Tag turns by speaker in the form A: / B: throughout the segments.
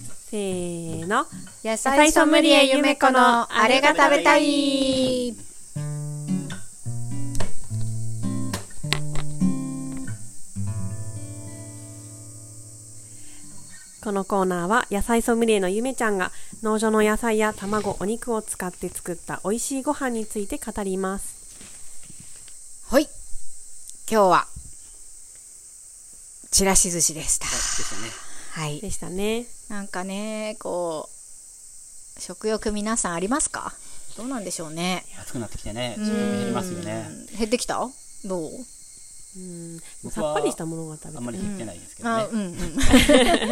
A: せーの
B: 野
A: 菜ソムリエゆめこのあれが食べた
B: い
A: このコーナーは野菜ソムリエのゆめちゃんが農場の野菜や卵お肉を使って作った美味しいご飯について語ります
B: はい今日はちらし寿司でした
C: したね。
B: はい
A: でしたね
B: なんかねこう食欲皆さんありますかどうなんでしょうね
C: 暑くなってきてね、食欲減りますよね。
B: うん減ってきたどう
A: うん
C: 僕
A: さ
C: は
A: っぱりしたものが食べ
C: あ
A: た
C: んま
A: い
C: り減ってないんですけど
B: あ
C: ね
B: う。んう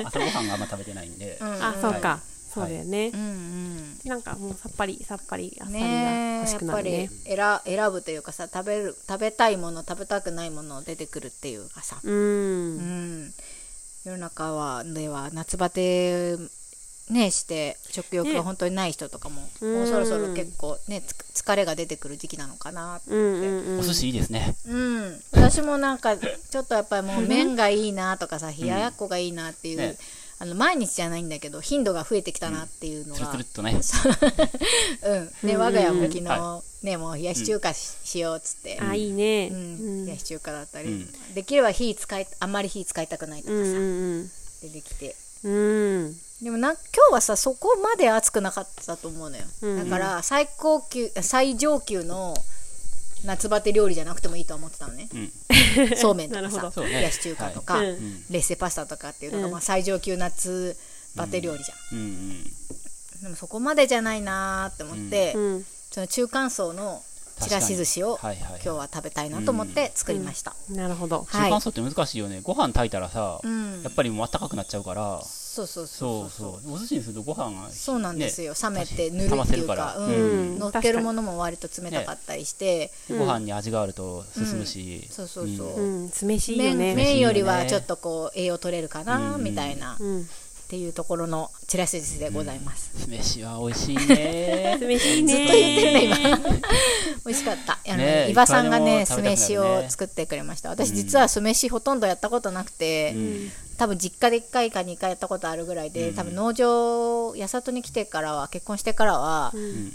B: ん
C: 朝ごはんがあんま食べてないんで。
B: ん
A: あそうか、
C: はい
A: そうだよね、
B: うんうん
A: なんかもうさっぱりさっぱ りあっさりが
B: ね
A: 欲
B: え
A: し
B: や
A: く
B: っ
A: な
B: ぱ
A: るね
B: り選選ぶというかさ食べる食べたいもの食べたくないもの出てくるっていうかさ、
A: う
B: うんん、世の中はでは夏バテねして食欲
A: ね
B: が本当にない人とかも、
A: うん
B: もうそろそろ結構ねつ疲れが出てくる時期なのかな
A: うんうんうん
C: お寿司いいですね。
B: うん、私もなんかちょっとやっぱりもう麺がいいなとかさ冷ややっこがいいなっていう、
C: ね
B: あの毎日じゃないんだけど頻度が増えてきたなっていうの
C: つる
B: が、
C: つるっとね。
B: うん、ね、我が家も昨日、
C: は
B: ね、もう冷やし中華し,、ようっつって、
A: あいいね、
B: う
A: うんん、
B: 冷やし中華だったり、
C: うん
B: できれば火使いあんまり火使いたくないと
A: うん
B: かさ、
A: うん
B: 出てきて
A: うんうん
B: でもな今日はさそこまで暑くなかったと思うのよ、
A: うんうん
B: だから最高級最上級の夏バテ料理じゃなくてもいいと思ってた のね
C: うん。
B: そうめんとか
A: なる
B: さ
A: ほ、
C: ど
B: 冷やし中華とか、
A: はいうん
B: 冷製パスタとかっていうのが、
A: うん
B: まあ、最上級夏バテ料理じゃん、
C: うんうん。
B: でもそこまでじゃないなーって思って、
A: うん
B: その中間層のちらし寿司を今
C: 確かにはいはいはい
B: 日は食べたいなと思って作りました、
A: なるほど
B: は
C: 中
B: い
C: 間層って難しいよね。ご飯炊いたらさ
B: うん、
C: やっぱりもう暖かくなっちゃうから。
B: そうそうそ
C: そうう
B: そうそう
C: そう。お寿司にするとご飯が。
B: なんですよ、
C: ね
B: 冷めてぬるっていうか
C: 冷ま
B: う
C: せるから
B: ん
A: うん
B: 乗ってるものも割と冷たかったりして、
C: ご飯に味があると進むし。
B: そうそうそう、
A: うん酢飯いいよ
B: 麺
A: ね
B: 麺よりはちょっとこう栄養取れるかなみたいな、っ
A: うん
B: ていうところのちらし寿司でございます、
C: 酢飯は美味しい ね
A: 酢。飯いいね
B: ずっと言ってんだ今 美味しかったあの、
C: ねえ
B: 伊庭さんがね
C: いくら
B: 酢
C: でも食べ
B: 飯
C: たくなるね
B: を作ってくれました私実は酢飯ほとんどやったことなくて、
C: うん
B: 多分実家で1回か2回やったことあるぐらいで、多分農場八里に来てからは結婚してからは、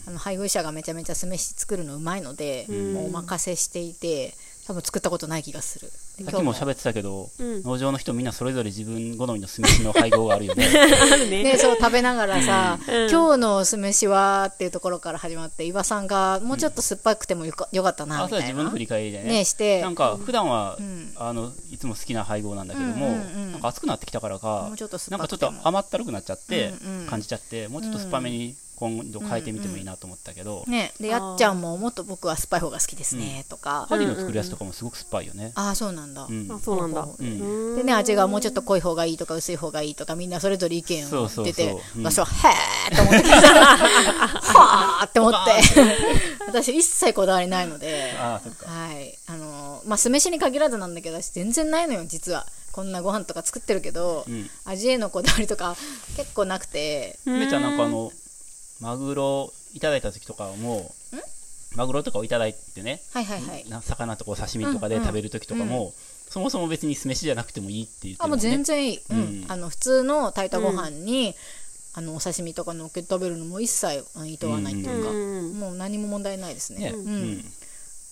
B: あの配偶者がめちゃめちゃ酢飯作るのうまいので、もうお任せしていて多分作ったことない気がするで
C: さっき
B: 今
C: も
B: 日
C: 喋ってたけど、
A: ん
C: 農場の人みんなそれぞれ自分好みの酢飯の配合があるよね。
A: あるね
B: ね、そう食べながらさ、今日の酢飯はっていうところから始まって伊庭さんがもうちょっと酸っぱくてもよかよかったな
C: あ
B: み
C: それ
B: た
C: はい自分
B: な
C: の振り返りでね
B: ねして
C: なんか普段は、
B: ん
C: あのいつも好きな配合なんだけども、
B: うんうんうん
C: なんか暑くなってきたからか
B: もうちょっと
C: な
B: 酸
C: ん
B: っぱ
C: かち
B: く
C: ょって
B: も
C: と甘ったるくなっちゃって、
B: うんうん
C: 感じちゃってもうちょっと酸っぱめに今度変えてみてもいいなと思ったけど、
B: ね、で
A: あー
B: やっちゃんももっと僕は酸っぱい方が好きですねとか、
C: パリの作るやつとかもすごく酸っぱいよね、
B: ああそうなんだ、
C: うん
A: あそうなんだ
C: うん
A: うん
B: でね味がもうちょっと濃い方がいいとか薄い方がいいとかみんなそれぞれ意見を言ってて
C: そうそうそううん
B: 私は「へーって思って はーって思って 私一切こだわりないので
C: ああそっか
B: はいあのーまあ酢飯に限らずなんだけど私全然ないのよ実はこんなご飯とか作ってるけど、
C: うん
B: 味へのこだわりとか結構なくて
C: めちゃんなんかあのマグロいただいた時とかはもうマグロとかをいただいてね
B: はいはいはい、
C: な魚とかお刺身とかで食べる時とかも、そもそも別に酢飯じゃなくてもいいって言って
B: あ
C: る
B: も
C: も
B: うん
C: ね
B: 全然いい、うん
C: うん
B: あの普通の炊いたご飯に、あのお刺身とかのっけて食べるのも一切うんいとわないっていうか、
A: うん
B: もう何も問題ないですね
C: ね
B: うん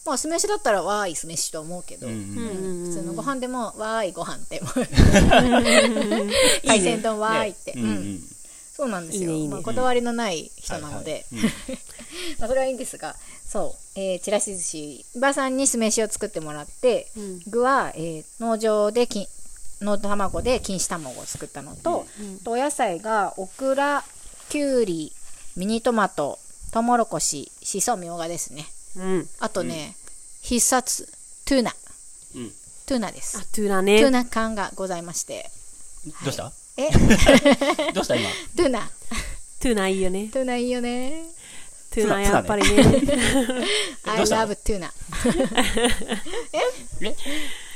B: まあ酢飯だったらわーい酢飯とは思うけど、
C: うんうんうん
B: 普通のご飯でもわーいご飯ってもう海鮮丼わーいって、
C: ねうん
B: う
C: うんん
B: そうなんですよ
A: いいねいいね
B: まあ、こだわりのない人なので、
C: はいはい
B: まあそれはいいんですがそう、えー、ちらし寿司ばあさんに酢飯を作ってもらって、
A: うん
B: 具は、えー農場できんの卵で錦糸卵を作ったのと,、とお野菜がオクラきゅうりミニトマトトウモロコシしそみょうがですね
A: うん
B: あとね、必殺トゥーナ
C: うんうん
B: トゥーナで
A: あ
B: す
A: トゥーナ
B: トゥー
A: ね
B: ナ缶がございまして
C: どうした
B: え
C: どうした今
B: トゥーナ
A: トゥーナいいよね
B: トゥーナいいよね
A: トゥーナやっぱりね
B: I
C: どうした
B: love トゥー ナ
C: え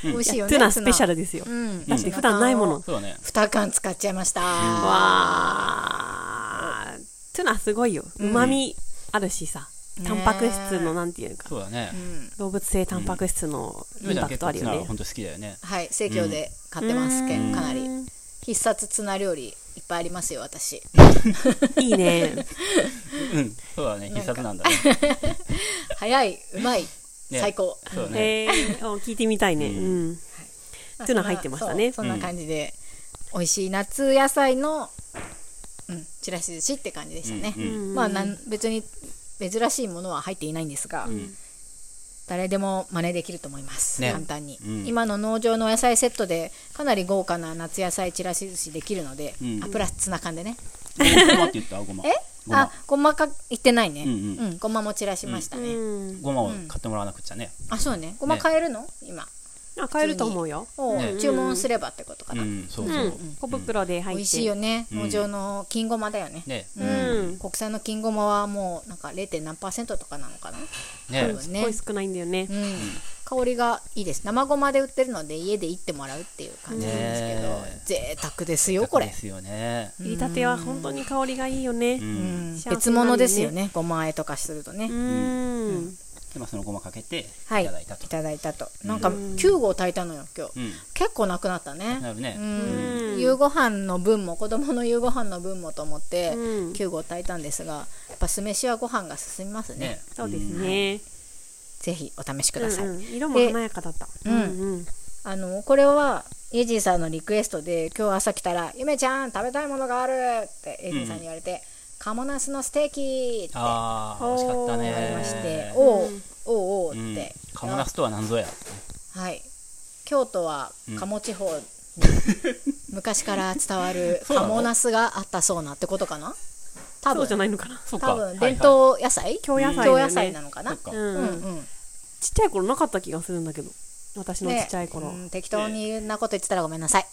B: 美味しい
A: ト
B: よ
A: ゥ
B: ね
A: ーナスペシャ
B: ル
A: ルですよ
B: うん
A: だって普段ないもの
C: そうだね
B: 2缶使っちゃいました
A: わートゥーナすごいようまみあるしさタンパク質のなんていうか
C: そうだね
A: 動物性タンパク質の
C: ゆ
A: イ
C: め
A: ン
C: ちゃ
A: パク
C: ん結
A: トあ
C: 構
A: る
C: ツ
A: よ
C: ナ
A: ね
C: 本当好きだよね
B: はい生協で買ってますけどかなり必殺ツナ料理いっぱいあります よ私
A: いいね。
C: うん、そうだね、必殺なんだね。
B: 早いうまい、
C: ね
B: 最高
C: そうだね。
A: えー、お聞いてみたいね。うん。っていうのは入ってましたね
B: そんなそうそんな感じで、美味しい夏野菜の、うん、ちらし寿司って感じでしたね、
C: うんうん
B: まあなん別に珍しいものは入っていないんですが、
C: ん
B: 誰でも真似できると思います、
C: ね
B: 簡単に、
C: うん
B: 今の農場のお野菜セットでかなり豪華な夏野菜ちらし寿司できるので、
C: うん
B: あプラスツナ缶でね
C: ごまって言った、ごま。
B: え
C: ごま
B: あごまか言ってないね
C: う
B: うんん、
C: うん
B: ごまも散らしましたね、
A: うん。
C: ごまを買ってもらわなくちゃね。
B: あそうねごま
C: ね
B: 買えるの、今
A: あ、買えると思うよ。
B: おう
C: ね
B: 注文すればってことか
C: う
B: な、
C: ん、そう
A: う
C: そ
A: ん
C: う。。
A: 小袋で入って。
B: 美味しいよね、
C: うん
B: 農場の金ごまだよね
C: ね、
B: う
A: うん
B: ん、国産の金ごまはもうなんか 0. 何パーセントとかなのかな、
C: ね
B: そう、です
A: すごい少ないんだよね
B: う。ん、香りがいいです生ごまで売ってるので家でいってもらうっていう感じなんですけど、
C: ね
B: 贅沢ですよこれ
C: で、すよね。
A: 入りたては本当に香りがいいよね。
C: う。
B: うんん
A: 幸せなのにね
B: 別物ですよねごまあえとかするとね、
A: うん。
C: で、まあ、そのごまかけて、い
B: はい
C: ただいたと。
B: だいたとなんか9合炊いたのよ今日、
C: うん。
B: 結構なくなったね
C: なるね
B: う。
A: うん
B: ん、夕ご飯の分も子供の夕ご飯の分もと思って
A: うん
B: 9合炊いたんですがやっぱ酢飯はご飯が進みますね
C: ね。
A: そうですね。
B: ぜひお試しく
A: う
B: ださい、
A: んうん色も華やかだった。
B: うん
A: ん。
B: あのこれはエイジーさんのリクエストで今日朝来たら「ゆめちゃん食べたいものがある!」ってエイジーさんに言われて「カモナスのステーキ!」ってあ
C: ああ、美味しかったね。
B: りまして
A: ー
B: 「おうおうおう」っ
C: うん
B: て、
C: カモナスとは何ぞや。
B: はい京都は鴨地方に昔から伝わる
C: そうなの
B: 鴨ナスがあったそうなってことかな多
A: そう
B: 分
A: じゃないのかな。
C: そうか。
B: 多
C: はいはい
B: 分伝。統野菜
A: 京野菜だよね
B: 京野菜なのか
C: そ
B: な
C: っか。
B: う
A: うんん。
B: うん
A: ちっちゃい頃なかった気がするんだけど。私のち
B: ね
A: っちゃい頃
B: う。ん適当になこと言ってたらごめんなさい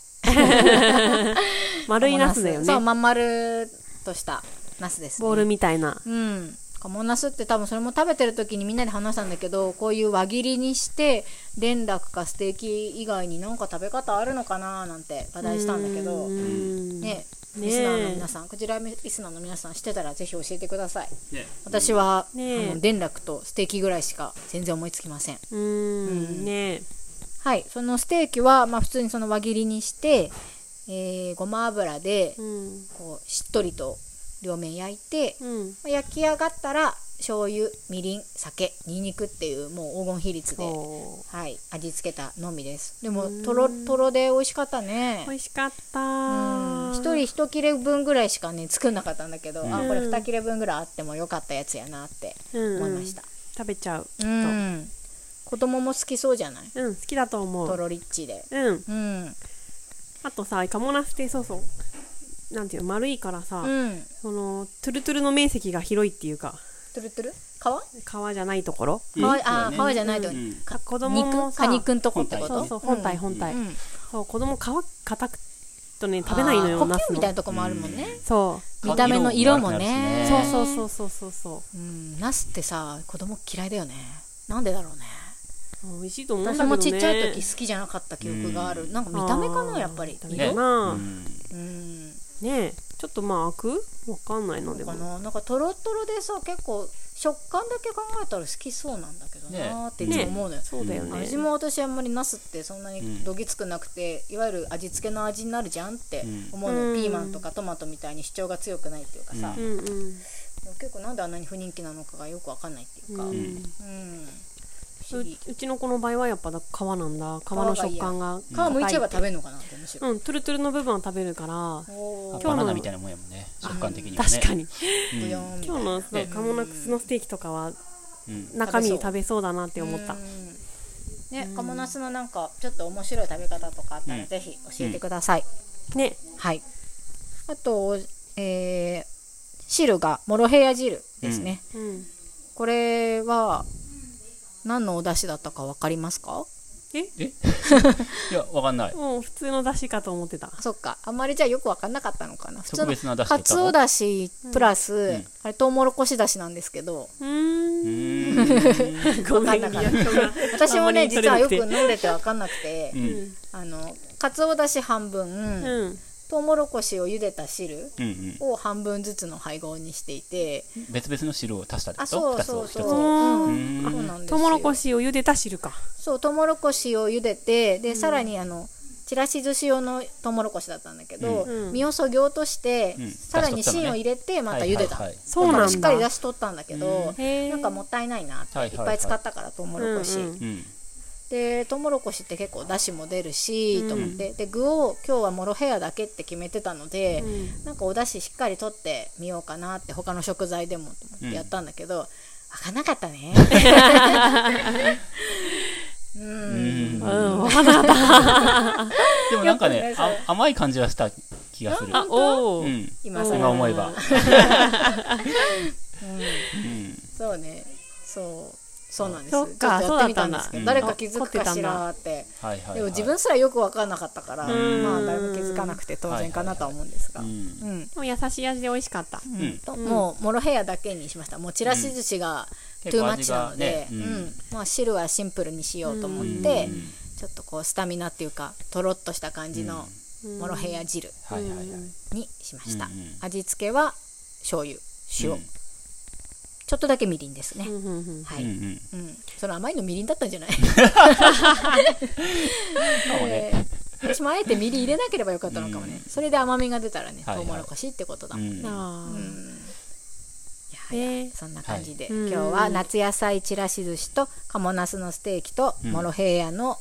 A: 丸いナスだよ
B: そう
A: ね。
B: まん丸としたナスですね
A: ボールみたいな。
B: うんカモナスって多分それも食べてる時にみんなで話したんだけどこういう輪切りにして連絡かステーキ以外に何か食べ方あるのかななんて話題したんだけど
A: う
B: ね
A: んねえ
B: リスナーの皆さんこちらリスナーの皆さん知ってたらぜひ教えてください
C: ね。
B: 私は、
A: ねえ
B: あの連絡とステーキぐらいしか全然思いつきません
A: うん。ねえ。
B: はいそのステーキは、まあ、普通にその輪切りにして、えーごま油で
A: うん。
B: こうしっとりと両面焼いて、
A: うん。
B: 焼き上がったら醤油みりん酒にんにくっていうもう黄金比率で、
A: そ
B: はい、味付けたのみですでもとろとろで美味しかったね
A: う。美味しかった
B: うん一人一切れ分ぐらいしかね作んなかったんだけど、あこれ二切れ分ぐらいあってもよかったやつやなって思いました、
A: 食べちゃう。
B: うん子供も好きそうじゃない
A: うん。好きだと思
B: と
A: う。
B: ろリッチで
A: うん。
B: うん
A: あとさ、カモナスってそうそう。なんていうの丸いからさ、
B: うん
A: そのトゥルトゥルの面積が広いっていうか
B: トゥルトゥル皮
A: 皮じゃないところ
B: 皮、あー皮じゃないと、
C: うん
B: か
A: 子供も
B: 肉
A: さ
B: 果肉んとこってこ
C: 本体
B: と
A: そうそう本体
B: うん
A: 本体、
B: うん
A: そう子供皮硬くとね食べないの
B: あ
A: よ
B: ー
A: ナ
B: 苔
A: ス
B: みたいな
A: の
B: とこもあるもんね、
A: そ
B: 見た目の色も
A: う
B: ね
A: そう
B: ね
A: そうそうそうそうそ
B: うん、ナスってさ子供嫌いだよねなんでだろうね
A: う美味しいと思うんだけ
B: 私
A: どね
B: もちっちゃい時好きじゃなかった記憶がある、なんか見た目か
A: あー
B: なやっぱり
A: 見た目
B: 色
A: か
B: う
A: な
C: うん
B: ん
A: ねえちょっとまあ開くわかんないなで
B: か
A: も
B: ななんかとろとろでさ結構食感だけ考えたら好きそうなんだけどなーっていつも思うのよ、
A: そうだよね
B: 味も私あんまりナスってそんなにどぎつくなくて、いわゆる味付けの味になるじゃんって思うのよ、
A: うん
B: ピーマンとかトマトみたいに主張が強くないっていうかさ、
C: う
A: うんうん
B: でも結構なんであんなに不人気なのかがよくわかんないっていうか、
A: う
B: うん
A: ん
B: 不思議
A: ううちの子の場合はやっぱだ皮なんだ皮の食感が
B: 皮剥いちゃえば食
A: る
B: べるのかなってむしろ、
A: うんトゥルトゥルの部分は食べるから
B: おー
A: 今日
C: バナ
A: の
C: ナみたいなもんやもんね。食感的にはね。
A: 確かに
B: ブヨーンみた
A: 今
B: い
A: 日
B: な
A: のそう
C: ね
A: カモナスのステーキとかは
C: うん。
A: 中身
B: 食べそう
A: 食べそうだなって思った
B: ねカモナスのなんかちょっと面白い食べ方とかあった
C: う
B: ら
C: ん
B: ぜひ教えてください、
A: ね
B: はいあと、えー汁がモロヘイヤ汁ですね、
A: うん
B: これは何のお出汁だったかわかりますか
A: え
C: え いや、わかんない。
A: もう普通の出汁かと思ってた
B: あそっかあんまりじゃあよくわかんなかったのかな普
C: 特別な出汁
B: か
C: って言
B: つ
C: ったの
B: おだしプラス、
C: ん
B: あれとうもろこしだしなんですけ ど、
A: うー
C: うんーん。
A: ごめん
B: わかん
A: リア
B: なかっ
A: クションが
B: 私も
A: あんま
B: ね
A: り取
B: 実
A: れ
B: は
A: なく
B: よく
A: て
B: 飲んでてわかんなくて、
C: うん。
B: あのかつおだし半分、
A: うん
B: とうもろこしを茹でた汁
C: うんうん。
B: を半分ずつの配合にしていて、
C: 別々の汁を足したってこ
B: あ
C: と
B: そう
C: 二つ
B: そ
C: を
B: う
C: 一
B: そ
C: つ
B: う、
C: を。
A: を
B: うん、
C: う
B: そ
C: ん
B: うなんですよ
A: とうもろこしを茹でた汁か
B: そうとうもろこしを茹でてでさらにあの、散ちらし寿司用のトウモロコシだったんだけど、
A: うん
B: 身をそぎ落として、
C: うん
B: さらに芯を入れてまた茹でた、
C: はいはいはい
A: そうなんだ
B: しっかり出しとったんだけど、
A: へー
B: なんかもったいないなって、
C: は
B: い
C: いはい
B: っ
C: はい
B: ぱい使ったからトウモロコシ、
A: うんうん
C: うん
B: でトウモロコシって結構だしも出るし、
A: うん
B: と思ってで具を今日はモロヘアだけって決めてたので、なんかお出汁しっかり取ってみようかなって他の食材でもと思ってやったんだけど、わかんなかったね。うん、
A: うん、わかんなかった。
C: でもなんか
B: よく
C: ね
B: ね、それ
C: あ甘い感じはした気がする。
A: あ、お
C: う
A: お。
C: ん。
B: 今更
C: 今思えば。うん
B: そうねそうそうなんです
A: そっか
B: ちょっとやってみたんですけど
C: そうだ
B: 誰
C: ったんだ
B: か気づくかしらって
C: はいはいはい。
B: でも自分すらよく分からなかったから
A: ん
B: まあ誰も気づかなくて当然かなとは思うんですが
C: う
B: うん
C: ん
A: でも優しい味で美味しかった。
C: うん
B: ともうモロヘアだけにしましたもうちらし寿司が
C: うん
B: トゥーマッチなので
C: 結
B: う
C: 構味がねうん
B: んまあ汁はシンプルにしようと思ってちょっとこうスタミナっていうかとろっとした感じのモロヘア汁
C: はいはいはい。
B: にしました
C: うんうん
B: 味付けは醤油塩
C: うん
B: ちょっとだけみりんですね
A: うんうんうん
B: は
C: う
B: い
C: んうん。
B: うん、その甘いのみりんだったんじゃない
C: かもね。
B: えー私もあえてみりん入れなければよかったのかもね、
C: う
B: それで甘みが出たらね
C: は
B: と
C: いはいう
B: もろこしってことだもん
A: あ
B: ね、うん
A: ー
B: いやいや
A: ね
B: そんな感じで、
A: はいうん
B: 今日は夏野菜ちらし寿司と鴨ナスのステーキと
C: うん
B: モロヘイヤの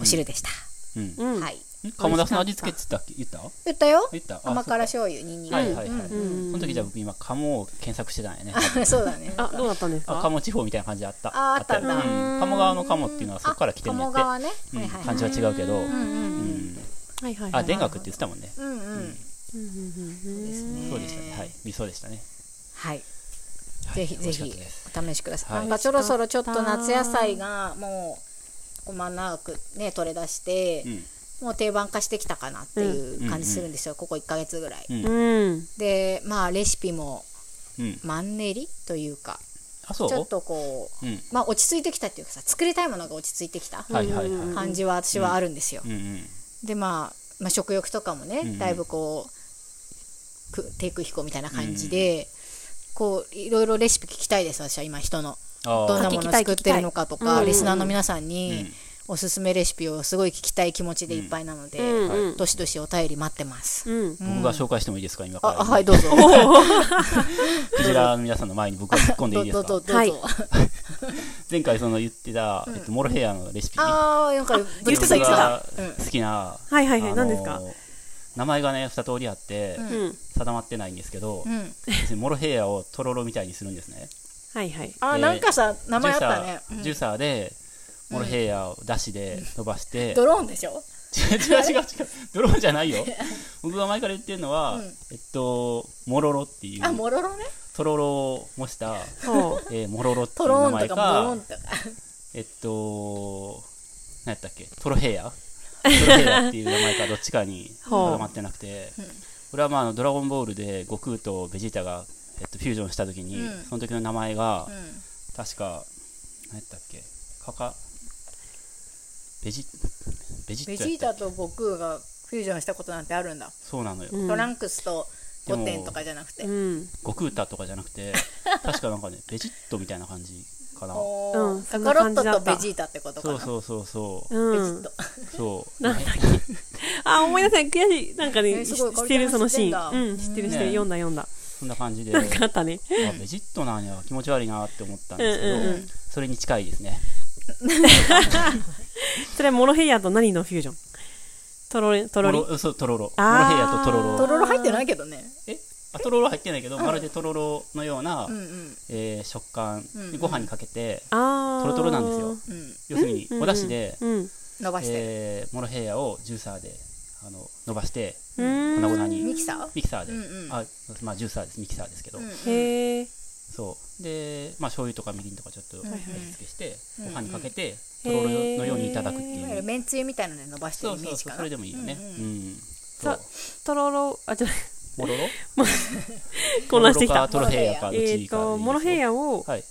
B: お汁でした、
C: うん。
A: うん。
B: はい
C: 鴨だしの味付けって言ったっけ言った
B: 言ったよ
C: 言ったあ
B: 甘辛醤油にんにく、
C: はいはいはい。
B: う
C: そ
B: ん
C: の時じゃあ僕今、鴨を検索してたんやね。
B: うん そうだね
A: あ、どうだったんです
C: あ、
A: か
C: 鴨地方みたいな感じあった。
B: ああったんだ
C: ようん鴨川の鴨っていうのはそこから来てんね
B: 鴨
C: って。
B: 川ね、
C: うん
B: はいはい
C: 感じは違うけど。
B: うんうん
C: うん
A: はいはいは
C: あ、
A: い。
C: 田楽って言ってたもんね。
B: うんうん、
A: うんうんうんうん
B: ですね
C: そうでしたね。はい。理想でしたね。
B: はい
C: は
B: ぜ
C: い
B: ひぜ
C: 美味
B: ひ
C: しかった
B: お
C: です
B: 試しください。
C: はい
B: なんかそろそろちょっと夏野菜がもうこまなくね取れ出して、
C: うん
B: もう定番化してきたかなっていう感じするんですよ、ここ1ヶ月ぐらい。
C: うん
A: うん。
B: でまあレシピも
C: うん。
B: マンネリというか
C: あ、そう
B: ちょっとこう、
C: うん
B: まあ落ち着いてきたっていうかさ作りたいものが落ち着いてきた
C: はいはいはい。
B: 感じは私はあるんですよ。
C: うんうん。
B: でまあ、まあ食欲とかもね、
C: うん
B: だいぶこうく低空飛行みたいな感じで、こういろいろレシピ聞きたいです私は今人の。
C: あ
B: どん
C: あ
B: なものを作ってるのかと
A: あ聞きたい聞きた
B: か、
A: い
B: リスナーの皆さん
C: う
B: に
C: ん
B: おすすめレシピをすごい聞きたい気持ちでいっぱいなので、
A: うんうん
B: どしどしお便り待ってます。
A: うん。
C: 僕が紹介してもいいですか今か
B: あ
C: ら。
B: あはいどうぞ。
C: クジラの皆さんの前に僕が突っ込んでいいです
B: どど
C: か
B: どど
A: は
B: う
A: い
B: ぞ。
C: 前回その言ってた、えっと、モロヘイヤのレシピ。
B: ああなんか
A: 言ってた言ってた
C: 僕が好きな。
A: はいはいはい
C: あのー
A: 何ですか
C: 名前がね、二通りあって、
A: うん。
C: 定まってないんですけど、
B: うん。
C: 要するにモロヘイヤをとろろみたいにするんですね。
A: はいはい。
B: あー
C: で
B: なんかさ名前あったね。
C: ジューサージューサーで、モロヘイヤを出汁で伸 ばして、
B: ドローンでしょ。
C: 違う違う違う違うドローンじ ゃないよ僕が前から言ってるのは、
B: うん
C: えっとモロロっていう
B: あモロロね。
C: とろろを模した、
A: そう。
C: えーモロロってい
B: ト
C: う
B: ロ
C: 名
B: ーン
C: 前
B: とかモロ
C: か
B: ンとか。
C: えっと何やったっけトロヘイヤトロヘイヤっていう名前かどっちかに
A: ほう
C: 定まってなくて、これはまああのドラゴンボールで悟空とベジータが、えっと、フュージョンした時に、
B: うん
C: その時の名前が、
B: う
C: 確か何やったっけかかベジベジ
B: ん。ベ
C: ッタ
B: ジ
C: や
B: ー
C: った
B: タと悟空がフュージョンしたことなんてあるんだ。
C: そうなのよ、
A: うん
B: トランクスと
C: で
B: ゴ
C: も
B: テンとかじゃなくて
A: う。ん。
C: 悟空太とかじゃなくて確かなんかねベジットみたいな感じかなそ
B: お
A: うん
B: ー
A: そ
B: カ
A: んな
B: カ
A: 感
B: ロッ
A: じだ
B: ト
A: った
B: とベジータってことかな。
C: うそうそうそう
A: うん。
C: そう
A: なんだっけ。あ、思い出せない。悔しい。なんかね、
B: え
A: し
B: すごい
A: 知ってるそのシー
B: カルチャ
A: ン。うん。知ってる知ってる。
C: ね
A: 読んだ読んだ。
C: そんな感じであ
A: なんかあったね。
C: ベジットなんや気持ち悪いなって思ったんですけど、
A: うんうんうん
C: それに近いですね
A: それモロヘイヤと何のフュージョンとろり、と
C: ト
A: ろ
C: ロ
A: り。
C: ロそうトロロモ
A: あー
C: ロヘイヤとトロ
B: と
C: ロ
B: ろろ入ってないけどね。
C: えあトロロ入ってないけどまるでトロロのような、
B: うんうん
C: えー食感、
B: うんうん
C: ご飯にかけて
A: あー。
C: トロトロなんですよ
B: うん。
C: 要するに
A: うん。
C: お出汁で、
A: うん。
B: 伸ばして。
C: えーモロヘイヤをジューサーであの伸ばして
A: う
C: 粉
A: ん。
C: 々に
B: ミキサー
C: ミキサーで、
B: うんうん
C: あまあジューサーですミキサーですけど、
B: うん
A: へー。
C: そうでまあ醤油とかみりんとかちょっと
B: んうん
C: 味付けして、
B: うんうん
C: ご飯にかけて、
A: へー
C: とろろのようにいただくって
B: い
C: い
B: わゆる
C: う、
B: めんつゆみたいなので伸ばして
C: そ
B: る
C: う
B: イメー
C: そう
B: ジ
C: そ
B: か
C: う
B: な
C: それでもいいよね
B: う
C: うんん、
B: うん
C: そう
A: とろろ、あ、ちょ っ
C: モロロ
A: と、混乱してき
C: モロロ
A: た
C: か。トロヘイヤかどっちかでいい
A: え
C: で
A: っ
C: すよ
A: と、モロヘイヤを
C: はい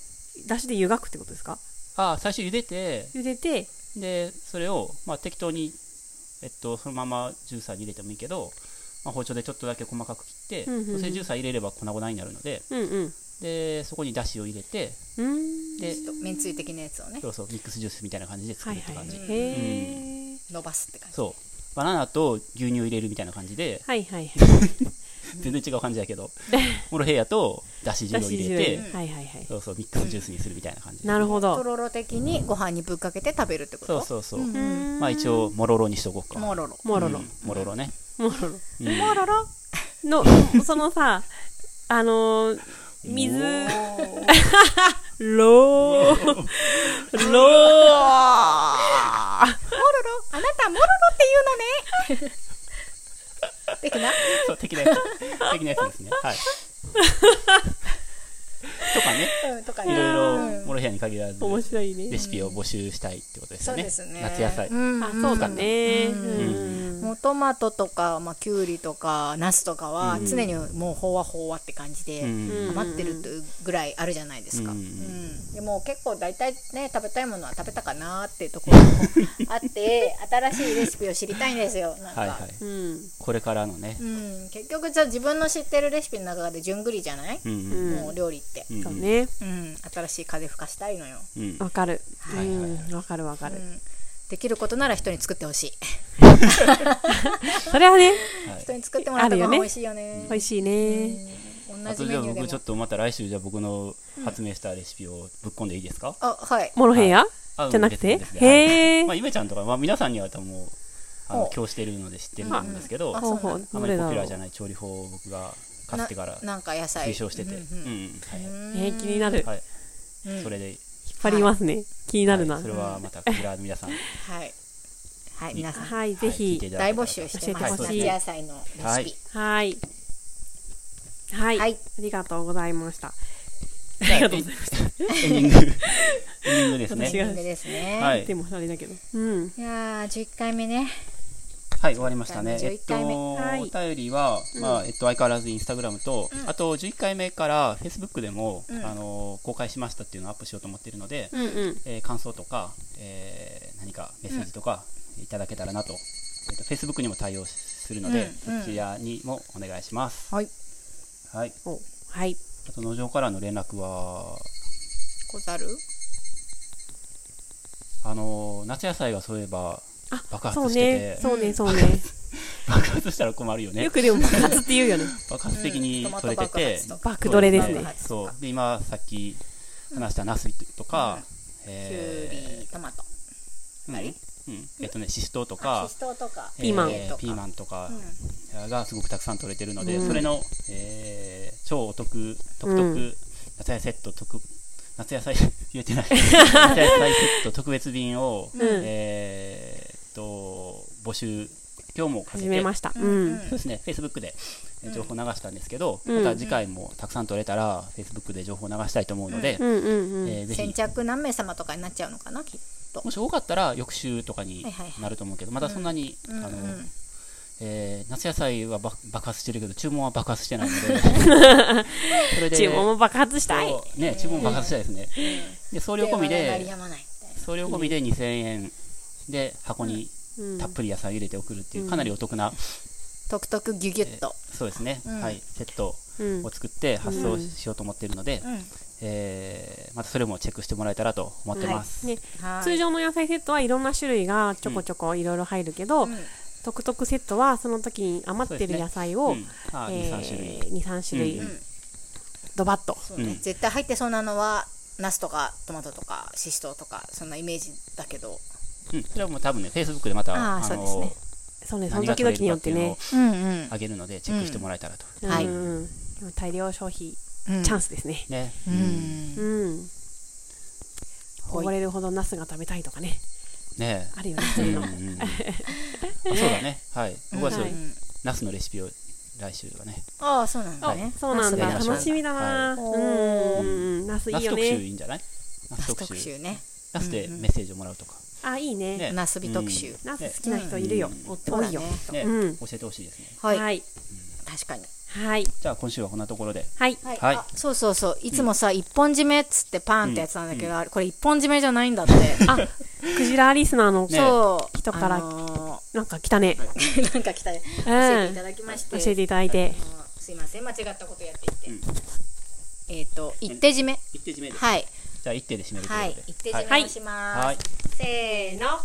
A: 出汁で湯がくってことですか
C: あ最初茹でて
A: 茹でて、
C: でそれを、まあ、適当に、えっと、そのままジューサーに入れてもいいけど、まあ、包丁でちょっとだけ細かく切って、
A: うんうんうん
C: そしてジューサー入れれば粉々になるので
A: うんうん。
C: でそこにだしを入れて
A: うん。
C: で
B: ちょっとめんつゆ的なやつをね
C: そうそうミックスジュースみたいな感じで作
A: はい
C: るって
A: は
C: 感
A: い
C: じ、。
A: へー。
B: 伸ばすって感じ
C: そうバナナと牛乳を入れるみたいな感じで、
A: はいはいはい。
C: 全然違う感じやけど、モロヘイヤとだし汁を入れて
A: だし、汁はいはいはい。
C: そうそう、ミックスジュースにするみたいな感じで。
A: なるほ
B: と
A: ど。
B: ろろ的にご飯にぶっかけて食べるってこと
C: そうそうそう。
B: うん
A: うん
C: まあ一応、モロロにしとこうか。
B: もろろ
A: モロロ
C: う。んモロロね。
A: モロロ。
C: うん
B: もろろ
A: の、そのさ、あのー、水、ロー、ロー。
B: もろろあなたもろろって言うのね的 な
C: そう、的なやつ。的なやつですね。はい。とかね、
B: うんとか
C: い
B: ね
C: ろいうろ、
B: ん
C: モロヘイヤに限らず、
A: 面白い
C: レ
A: ね。
C: シピを募集したいってことです
B: そ
C: よ
B: う
C: ね。
B: ですね
C: 夏野菜。
B: ん
A: あ、そうだね。うん
B: もうトマトとか、まあ、きゅうりとかナスとかは常にもう飽和飽和って感じで、
C: うん
B: 余ってるというぐらいあるじゃないですか、
C: う
B: うんんでも結構大体ね食べたいものは食べたかなーっていうところもあって新しいレシピを知りたいんですよなんか、
C: はいはい。
A: うん。
C: これからのね
B: う。ん、結局じゃあ自分の知ってるレシピの中で順繰りじゃない、
C: うんうん
A: うん
B: もう料理って、
C: うん
A: そうね。
B: うん、新しい風吹かしたいのよ、
C: うん
A: わかる。う
C: いはい
A: ん。わかるわか
B: う
A: る。
B: ん、できることなら人に作ってほしい
A: それはね、
C: はい
B: 人に作ってもらった
A: ある
B: ご
A: よ
B: 飯
A: ね
B: 美味しいよね
A: 美味しいね。
B: うん同
C: あ
B: じ
C: と
B: メ
C: じゃあ
B: ニューで
C: 僕ちょ
B: も
C: っとまた来週じゃあ僕の発明したレシピをぶっ込んでいいですか、
B: あはい
A: モロヘイヤ
C: あ
A: じゃなくて
C: 別に別にはい
A: へ
C: まあ、
A: ー。
C: ゆめちゃんとか、まあ、皆さんには多分もうあ
B: ほ
C: の
B: う
C: 今日してるので知ってると思うんですけど、
B: うん
C: あ
B: あ
A: ほうほう、
C: ま
A: ど
C: り
A: れ
C: ポ
A: だ
C: ピ
A: ろ
C: ュラー
A: う
C: じ。ゃない調理法を僕が買ってから
B: ななんか野菜
C: 推奨してて、
B: う
C: うんんはいは
B: うん
A: えー、気になる。
C: い、はい
B: うん
C: それで
A: 引っ張りますね。気になるな
C: はい、そ。れはまたこちらの皆 さん、
B: はいはい皆さん
A: はい、ぜ
C: はい聞い
A: ひ
C: てい。た
B: 大
C: だけたら
B: 募集してます、
A: 教えてほしい
B: 夏野菜のレシピ、
C: は
A: は
C: い
A: い。はい。
B: はい
A: ありがとうございました。
C: ありがとうございました。エンデ ィング。エンディングです
B: エ
A: 私
B: ンデ
C: ね。
A: が
B: ィングですね、、
C: はいい。
A: でも、あれだけど。うん。
B: やー11回目ね
C: はい、終わりましたね。えっ
B: 11
C: と、
B: 回目
C: お
A: はい
C: 便りは、まあ、えっと、相変わらずインスタグラムと、
B: うん
C: あと、11回目から、フェイスブックでも、
B: うん
C: あの、公開しましたっていうのをアップしようと思っているので、
A: うんうん。
C: えー感想とか、えー何かメッセージとか、いただけたらなと。えっと、フェイスブックにも対応するので、
B: うんうん
C: そちらにもお願いします。
B: はい
C: はい。
A: おはい。
C: あと、農場からの連絡は、
B: ござる
C: あの、夏野菜がそういえば、
A: あ
C: 爆
A: そう
C: 発して
A: ね
C: て、。
A: そうね、そうね。
C: 爆発したら困るよね
A: よ。くでも、爆発って言うよね。
C: 爆発的に取れ
B: う
C: てて、
B: んトマト爆発とか
A: 爆取れです
B: 爆
A: ね。
B: 発と
C: そ
B: か
C: うで今さっき話したナスとか、
B: きゅう
C: え
B: りトマト
C: ー
B: あれ
C: うんうんえっとねシシトウと
B: あ
C: か
B: シシトウとか
C: え
A: ピーマン
B: え
C: ピーマンとか
B: うん
C: がすごくたくさん取れてるので、
A: うん
C: それの、えー超お得特
A: う
C: 特
A: ん
C: 夏野菜セット特夏野菜 言えてない夏野菜セット特別便を、
A: ん
C: えーっと募集今日もかけ
A: 始
C: て
A: めました。うん。
C: そうですね、Facebook でえー情報流したんですけど、
A: うん
C: また次回もたくさん取れたら、Facebook で情報流したいと思うので、
A: うんうんうん。
C: えーぜ
B: 先
C: ひ、
B: 着何名様とかになっちゃうのかなきっと
C: もし多かったら翌週とかに
B: はいはいはい
C: なると思うけど、まだそんなに、
B: うん
C: あの
B: うん
C: えー夏野菜はば爆発してるけど、注文は爆発してないので、 それで
A: 注文も爆発したい。
C: そうね、注文爆発したいですね。で送料込み
B: 電話が鳴り
C: で
B: や、まないみたいな
C: 送料込みで2000円で箱に
A: うん
C: たっぷり野菜を入れて送るっていう、かなりお得な、
B: トクトクギュギュ
C: え
B: ッ
C: ー
B: と、
C: そうですね、
B: うん
C: はい、セット
A: うん
C: を。作って発送しようと思っているので、
B: うん
C: えーまたそれもチェックしてもらえたらと思ってます。
A: ね、
B: はい
A: 通常の野菜セットはいろんな種類がちょこちょこいろいろ入るけど、
B: うん
A: トクトクセットはその時に余ってる野菜
C: う
A: を、
C: ん、あ
A: え
C: 2、3種類。
A: 2、3種類
C: うん
B: うん
A: ドバッと。
B: そうね
C: うん
B: 絶対入ってそうなのはナスとかトマトとかシシトウとかそんなイメージだけど、
C: うん、それはもう多分ね、Facebook でまた、
B: あーそうですね
A: そうね、その
C: 何が
A: 時々
C: 取れ
A: に
C: るか
A: よっ
C: って
A: て
C: いうの
A: ね
C: を。
B: うんうん
C: あげるので、チェックしてもらえたらと。
B: んはい
A: うんうんでも大量消費
B: うん
A: チャンスですね。
C: ね。
B: う
C: うん
B: ん
A: うん。
B: ほい
A: 溺れるほどナスが食べたいとかね。
C: ね
A: あるよね、
C: う
A: そういうん の
C: うん。うんあそうだね。はい。僕はそう、
A: はい
C: ナスのレシピを来週はね。
B: ああそうなんだ
C: はい
B: ね、
A: そうなんだ。
C: ナス
A: 楽しみだな。
B: はい
A: うんうんうん。ナスい
C: ナ
A: い
C: ス
A: よ
C: 特集
A: ね。
C: いいんじゃないナ
B: ナ
C: ス
B: ス
C: 特
B: 特
C: 集。
B: 集ね
C: ナスでメッセージをもらうとか。
A: あ、いいね。
C: ね
B: ナスビ特集、
C: うん
A: ナス好きな人いるよ。
C: ね
A: 多いよ。
C: ね、
A: うん
C: 教えてほしいですね。
B: はい、
A: はい。
B: 確かに
A: はい。
C: じゃあ今週はこんなところで。
A: はい。
B: はい、
C: はい
B: あそうそうそういつもさ、一本締めっつってパンってやつなんだけど、あれこれ一本締めじゃないんだって
A: あ、クジラリスナーの、
C: ね
B: そう
A: 人から
B: あの
A: なんか来たね。
B: ーなんか来たね教えていただきまし
A: 教
B: て、
A: えていただいて。
B: あのーすいません間違ったことやっていて、
C: うん
B: えっ、と一手締め
C: 一手締めで。
B: はい
C: じゃあ一手で締めるという
B: は
C: こ
B: い
C: とで。
B: 一手締めをします、
C: はい。
B: せーの